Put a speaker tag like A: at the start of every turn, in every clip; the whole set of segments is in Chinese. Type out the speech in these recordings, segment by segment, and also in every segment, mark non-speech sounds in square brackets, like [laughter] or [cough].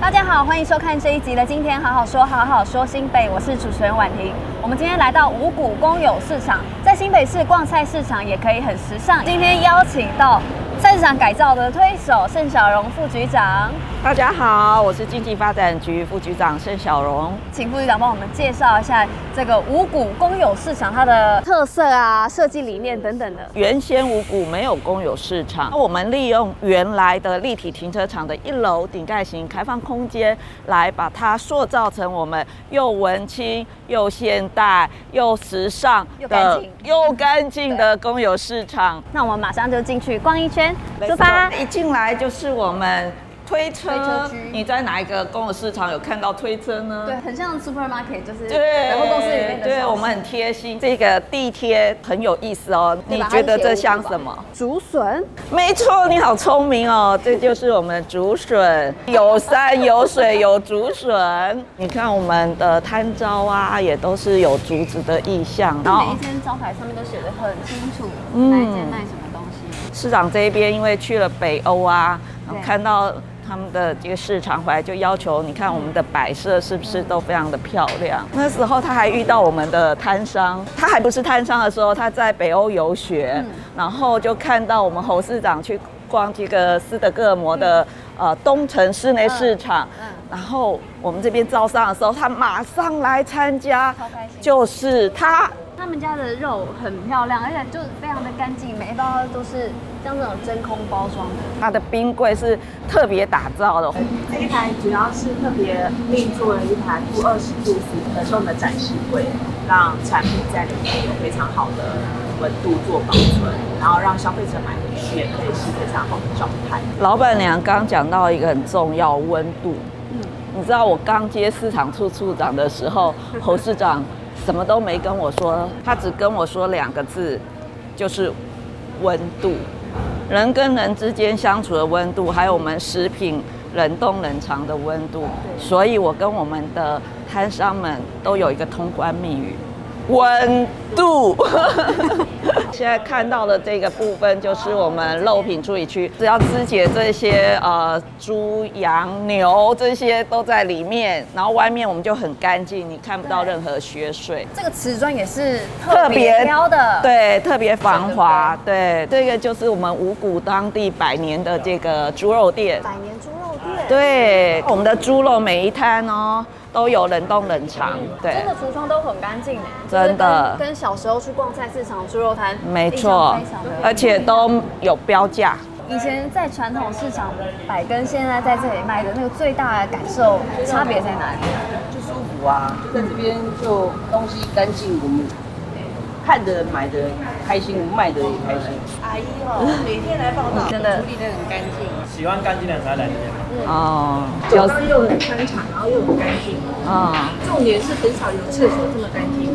A: 大家好，欢迎收看这一集的《今天好好说》，好好说新北，我是主持人婉婷。我们今天来到五股公有市场，在新北市逛菜市场也可以很时尚。今天邀请到菜市场改造的推手盛小荣副局长，
B: 大家好，我是经济发展局副局长盛小荣。
A: 请副局长帮我们介绍一下这个五股公有市场它的特色啊、设计理念等等的。
B: 原先五股没有公有市场，那我们利用原来的立体停车场的一楼顶盖型开放空间，来把它塑造成我们又文青、又现代、又时尚
A: 又干净
B: 又干净的公有市场。
A: 那我们马上就进去逛一圈，出
B: 出
A: 发
B: 发！。一进来就是我们推车。
A: 推车区
B: 你在哪一个公有市场有看到推车呢？
A: 对，很像 supermarket，就是
B: 对，
A: 百货公司里面的
B: 对
A: 超市
B: 我们很贴心。这个地贴很有意思哦，
A: 对
B: 你
A: 吧
B: 觉得这像什么？
A: 竹笋，
B: 没错，你好聪明哦，这就是我们竹笋，有山有水有竹笋。你看我们的摊招啊，也都是有竹子的意象。然
A: 每
B: 后
A: 一间招牌上面都写的很清楚，
B: 嗯
A: 哪一间卖什么东西。
B: 市长这边因为去了北欧啊，然
A: 对
B: 后看到。他们的这个市场回来就要求，你看我们的摆设是不是都非常的漂亮？那时候他还遇到我们的摊商，他还不是摊商的时候，他在北欧游学，
A: 嗯
B: 然后就看到我们侯市长去逛这个斯德哥尔摩的呃东城室内市场
A: 嗯嗯嗯，
B: 然后我们这边招商的时候，他马上来参加
A: 超开心，
B: 就是他
A: 他们家的肉很漂亮，而且就是非常的干净，每一包都是像这种真空包装的。
B: 他的冰柜是特别打造的，
C: 这一台主要是特别另做了一台负二十度伏可动的展示柜，让产品在里面有非常好的温度做保存，然后让消费者买回去也可以是非常好的状态。
B: 老板娘刚讲到一个很重要温度，
A: 嗯，
B: 你知道我刚接市场处处长的时候，侯市长什么都没跟我说，他只跟我说两个字，就是温度。人跟人之间相处的温度，还有我们食品冷冻冷藏的温度，所以我跟我们的摊商们都有一个通关密语：温度。现在看到的这个部分就是我们肉品处理区，只要肢解这些呃猪、羊、牛这些都在里面，然后外面我们就很干净，你看不到任何血水。
A: 这个瓷砖也是特别挑的，，
B: 对，特别防滑，对，这个就是我们五谷当地百年的这个猪肉店，
A: 百年猪肉店，，
B: 对，我们的猪肉每一摊哦都有冷冻冷藏，对
A: 真，的橱窗都很干净，
B: 真的
A: 就是跟跟小时候去逛菜市场猪肉摊，
B: 没
A: 印
B: 错
A: 象非常的，
B: 而且都有标价。
A: 以前在传统市场摆跟现在在这里卖的那个最大的感受差别在哪里？
C: 就舒服啊，就在这边就东西干净无目。看的人、买的人开心，卖的人也开心。阿姨哦，每天来报道，
A: 真的
C: 处理的很干净。
D: 喜欢干净的人才来这边买。
B: 哦，
C: 走道又很宽敞，然后又很干净。
B: 啊、
C: 重点是很少有厕所这么干净。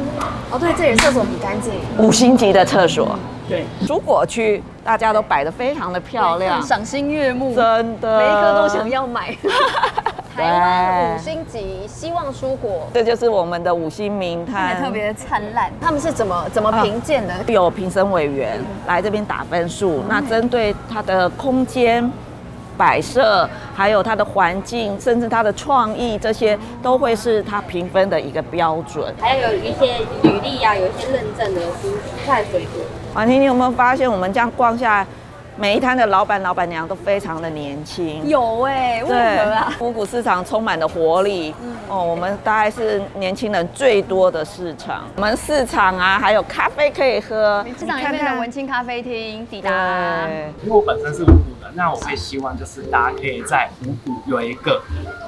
A: 哦，对，这里厕所很干净，
B: 五星级的厕所，
C: 对。
B: 蔬果区大家都摆得非常的漂亮，
A: 赏心悦目，
B: 真的，
A: 每一颗都想。要买。 [laughs] 台湾五星级希望蔬果
B: 这就是我们的五星名
A: 也
B: 摊，
A: 特别灿烂，他们是怎么怎么评鉴
E: 嗯
A: 的？
B: 有评审委员来这边打分数，
A: 嗯
B: 那针对它的空间。摆设，还有它的环境，甚至它的创意，这些都会是它评分的一个标准。
E: 还有有一些履历啊，有一些认证的蔬菜水果。
B: 婉婷，你有没有发现我们这样逛下来，每一摊的老板、老板娘都非常的年轻？
A: 有哎，为何啊？
B: [laughs]
A: 嗯
B: 五谷市场充满了活力。哦，我们大概是年轻人最多的市场。我们市场啊，还有咖啡可以喝。
A: 市场里面的文青啊咖啡厅抵达，
B: 对
D: 因为我本身是五股的，那我会希望就是大家可以在五股有一个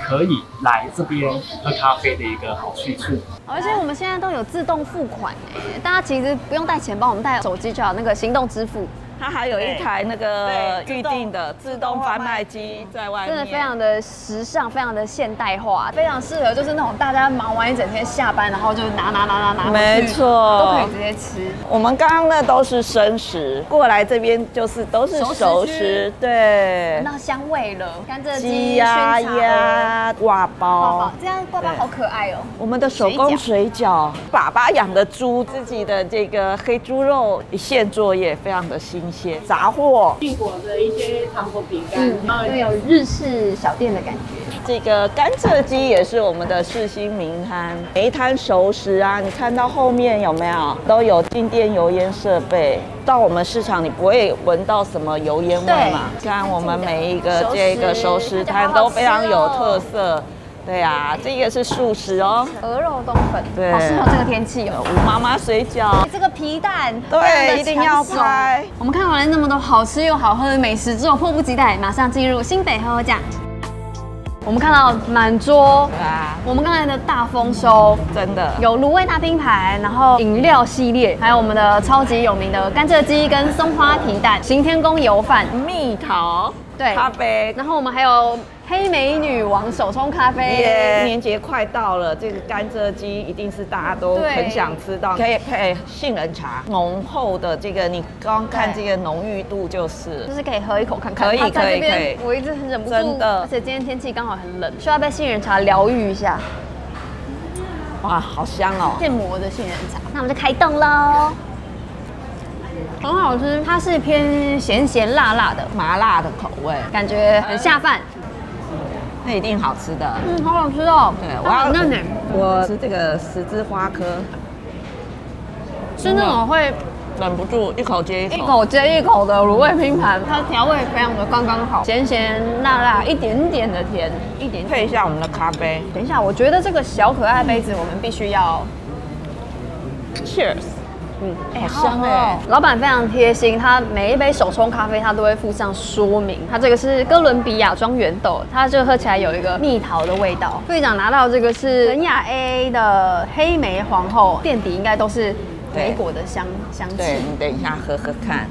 D: 可以来这边喝咖啡的一个好去处。
A: 而且我们现在都有自动付款哎，大家其实不用带钱包，我们带手机就好，那个行动支付，
B: 它还有一台那个
C: 对
B: 预定的自动贩卖机在外
A: 真
B: 面，
A: 的非常的时尚，非常的现代化，非常适合就是那种大家忙完一整天下班，然后就拿拿拿拿拿回去，
B: 没错
A: 都可以直接吃。
B: 我们刚刚那都是生食，过来这边就是都是
A: 熟食
B: 熟
A: 区
B: 食，对
A: 闻，到香味了，甘蔗鸡、
B: 鸡
A: 熏
B: 呀
A: 茶鹅、
B: 鸭、挂
A: 挂
B: 包
A: 包，，这样挂包
B: 对
A: 好可爱哦。
B: 我们的手工水饺，爸爸养的猪，自己的这个黑猪肉，一线作业非常的新新鲜。杂货
F: 帝国的一些糖果饼干，然
C: 嗯
F: 后
A: 就嗯有日式小店的感觉。
B: 这个甘蔗鸡也是我们的世新名摊，每一摊熟食啊，你看到后面有没有都有静电油烟设备？到我们市场你不会闻到什么油烟味嘛？看我们每一个这个熟食摊都非常有特色。对啊，这个是素食哦，
A: 鹅肉冬粉，
B: 对
A: 好适合这个天气哦。
B: 吴妈妈水饺，
A: 这个皮蛋，
B: 对，一定要。拍。
A: 我们看完了那么多好吃又好喝的美食之后，迫不及待马上进入新北喝喝酱。我们看到满桌，
B: 哇，
A: 我们刚才的大丰收，
B: 真的
A: 有卤味大拼盘，然后饮料系列，还有我们的超级有名的甘蔗鸡跟松花皮蛋、行天宫油饭，
B: 蜜桃，
A: 对
B: 咖啡。
A: 然后我们还有黑美女王手冲咖
B: 耶，
A: 啡，
B: 年节快到了，这个甘蔗鸡一定是大家都
A: 对
B: 很想吃到，可以配杏仁茶，浓厚的这个你刚看这
A: 对
B: 个浓郁度就是
A: 就。是可以喝一口看看。
B: 可以
A: 它在
B: 可
A: 这
B: 以
A: 边
B: 可以
A: 我一直很忍不住，
B: 真的
A: 而且今天天气刚好很冷，需要被杏仁茶疗愈一下，
B: 哇，好香哦！
A: 现磨的杏仁茶。那我们就开动喽。很好吃，它是偏咸咸辣辣的，
B: 麻辣的口味，
A: 感觉很下饭。
B: 那一定好吃的。
A: 嗯，好好吃哦。
B: 对，
A: 它好嫩哎，
B: 我吃这个十字花科，
A: 是那种哦会
B: 忍不住一口接一口。
A: 一口接一口的卤味拼盘，它调味非常的刚刚好，咸咸辣辣，一点点的甜，一点点。
B: 配一下我们的咖啡
A: 等一下，我觉得这个小可爱杯子我们必须要。
B: ，Cheers。嗯，哎、
A: 好香哦！老板非常贴心，他每一杯手冲咖啡他都会附上说明。他这个是哥伦比亚庄园豆，它就喝起来有一个蜜桃的味道。副局长拿到这个是肯雅 A 的黑莓皇后，垫底应该都是莓果的香香
B: 对
A: 气。
B: 你等一下喝喝看，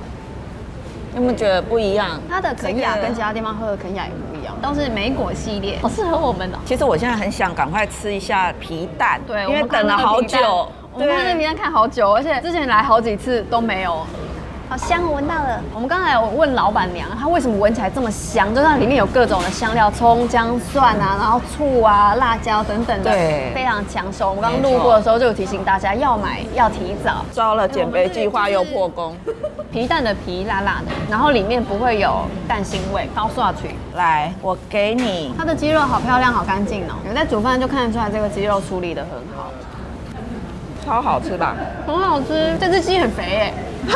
B: 有没有觉得不一样？
A: 它的肯雅
B: 这个
A: 跟其他地方喝的肯雅也不一样，都是莓果系列，好适合我们哦。
B: 其实我现在很想赶快吃一下皮蛋，
A: 对，
B: 因为
A: 我们
B: 等了
A: 看那个
B: 好
A: 皮蛋
B: 久。
A: 我们看那名
B: 对
A: 单看好久，而且之前来好几次都没有。好香，我闻到了。我们刚才有问老板娘，她为什么闻起来这么香？就是它里面有各种的香料，葱、姜、蒜啊，然后醋啊、辣椒等等的，
B: 对
A: 非常抢手。我们刚刚
B: 没错
A: 路过的时候就有提醒大家要买，要提早。
B: 糟了，减肥计划又破功。
A: 皮蛋的皮辣辣的，然后里面不会有蛋腥味，高刷群。
B: 来，我给你，
A: 它的鸡肉好漂亮，好干净哦。有在煮饭就看得出来，这个鸡肉处理的很好，
B: 超好吃吧？
A: 很好吃。这只鸡很肥
B: [laughs]
A: 哎、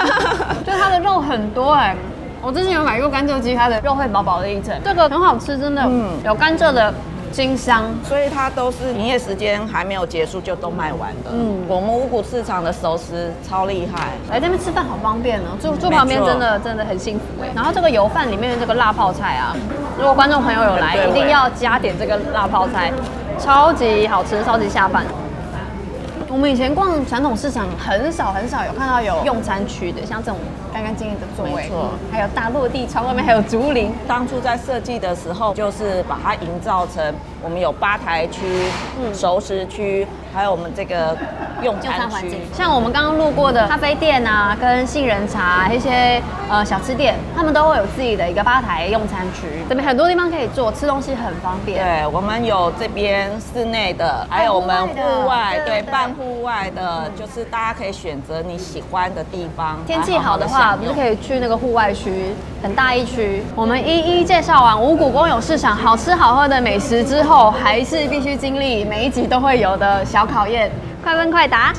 A: 就它的肉很多哎、我之前有买过甘蔗鸡，它的肉会薄薄的一层，这个很好吃，真的，
B: 嗯
A: 有甘蔗的金香。
B: 所以它都是营业时间还没有结束就都卖完的。
A: 嗯
B: 嗯，我们五谷市场的熟食超厉害，
A: 来这边吃饭好方便哦，住住旁边
B: 没错
A: 真的真的很幸福哎。然后这个油饭里面的这个辣泡菜啊，如果观众朋友有来，一
B: 对味
A: 定要加点这个辣泡菜，超级好吃，超级下饭。我们以前逛传统市场，很少很少有看到有用餐区的，像这种干干净净的座位
B: 没错，
A: 还有大落地窗，外面还有竹林，
B: 当初在设计的时候，就是把它营造成我们有吧台区、
A: 嗯
B: 熟食区，还有我们这个用
A: 用
B: 餐
A: 餐环
B: 区
A: 境。。像我们刚刚路过的咖啡店啊，跟杏仁茶一些呃小吃店，他们都会有自己的一个吧台用餐区，这边很多地方可以坐，吃东西很方便。
B: 对，我们有这边室内的，还有我们
A: 还有户外
B: 户外
A: 的，对
B: 对，
A: 对
B: 半户外的，就是大家可以选择你喜欢的地方。
A: 天气好的话，我们就
B: 以。
A: 可以去那个户外区，很大一区。我们一一介绍完五谷公有市场好吃好喝的美食之后，还是必须经历每一集都会有的小考验，快问快答。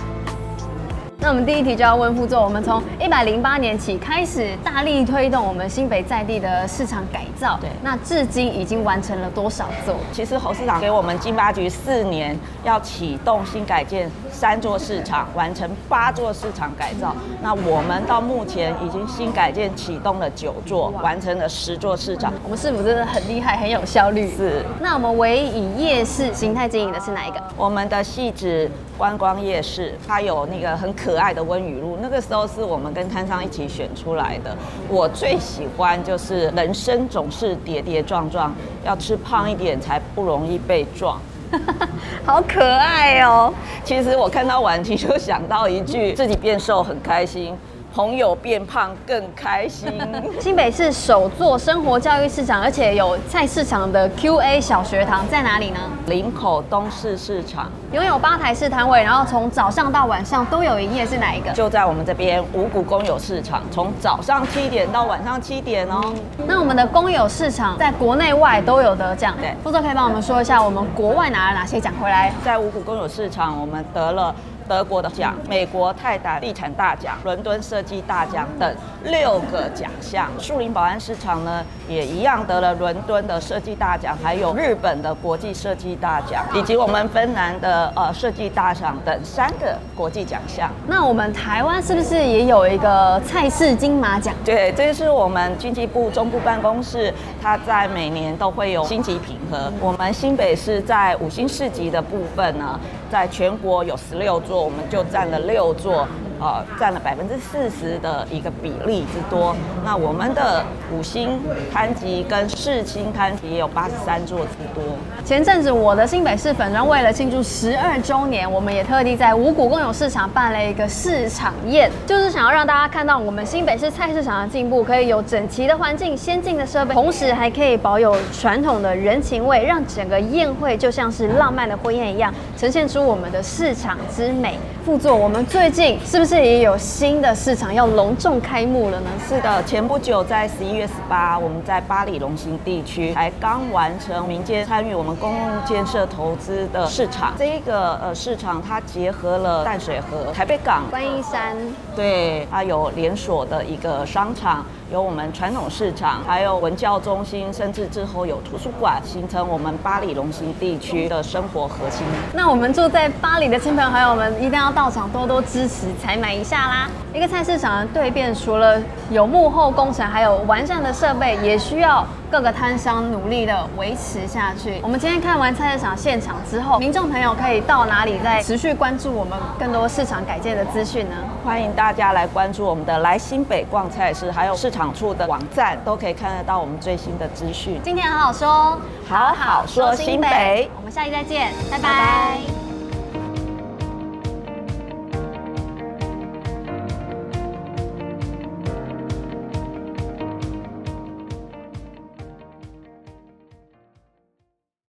A: 那我们第一题就要问副座，我们从一百零八年起开始大力推动我们新北在地的市场改造，
B: 对
A: 那至今已经完成了多少座？
B: 其实侯市长给我们经发局四年要启动新改建三座市场，完成八座市场改造。那我们到目前已经新改建启动了九座，完成了十座市场。
A: 我们市府真的很厉害，很有效率。
B: 是
A: 那我们唯以夜市形态经营的是哪一个？
B: 我们的戏子观光夜市，它有那个很可爱的温雨露，那个时候是我们跟摊商一起选出来的。我最喜欢就是人生总是跌跌撞撞，要吃胖一点才不容易被撞。
A: 好可爱哦、
B: 其实我看到婉婷就想到一句，自己变瘦很开心。朋友变胖更开心。
A: 新北市首座生活教育市场，而且有菜市场的 QA 小学堂在哪里呢？
B: 林口东市市场
A: 拥有八台式摊位，然后从早上到晚上都有营业，是哪一个？
B: 就在我们这边五股公有市场，从早上七点到晚上七点哦。
A: 那我们的公有市场在国内外都有得奖，
B: 对
A: 副座可以帮我们说一下我们国外拿了哪些奖回来？
B: 在五股公有市场，我们得了德国的奖、美国泰达地产大奖、伦敦设计大奖等六个奖项。树林保安市场呢，也一样得了伦敦的设计大奖，还有日本的国际设计大奖，以及我们芬兰的呃设计大赏等三个国际奖项。
A: 那我们台湾是不是也有一个菜市金马奖？
B: 对，这是我们经济部中部办公室，它在每年都会有星级评核。我们新北市在五星市级的部分呢，在全国有十六座，我们就占了六座，呃，占了百分之四十的一个比例之多。那我们的五星摊级跟四星摊级也有八十三座之多。
A: 前阵子我的新北市粉专为了庆祝十二周年，我们也特地在五股公有市场办了一个市场宴，就是想要让大家看到我们新北市菜市场的进步，可以有整齐的环境、先进的设备，同时还可以保有传统的人情味，让整个宴会就像是浪漫的婚宴一样，呈现出我们的市场之美。副座，我们最近是不是也有新的市场要隆重开幕了呢？
B: 是的，前不久在十一月十八，我们在巴黎龙兴地区才刚完成民间参与我们公共建设投资的市场。这个呃市场它结合了淡水河、台北港，
A: 观音山
B: 对，它有连锁的一个商场，有我们传统市场，还有文教中心，甚至之后有图书馆，形成我们巴黎龙兴地区的生活核心。
A: 那我们住在巴黎的亲朋好友们，一定要到场多多支持采买一下啦！一个菜市场的对面，除了有幕后工程，还有完善的设备，也需要各个摊商努力的维持下去。我们今天看完菜市场现场之后，民众朋友可以到哪里再持续关注我们更多市场改建的资讯呢？
B: 欢迎大家来关注我们的来新北逛菜市，还有市场处的网站，都可以看得到我们最新的资讯。
A: 今天好好说，
B: 好好说新北
A: 我们下期再见，拜拜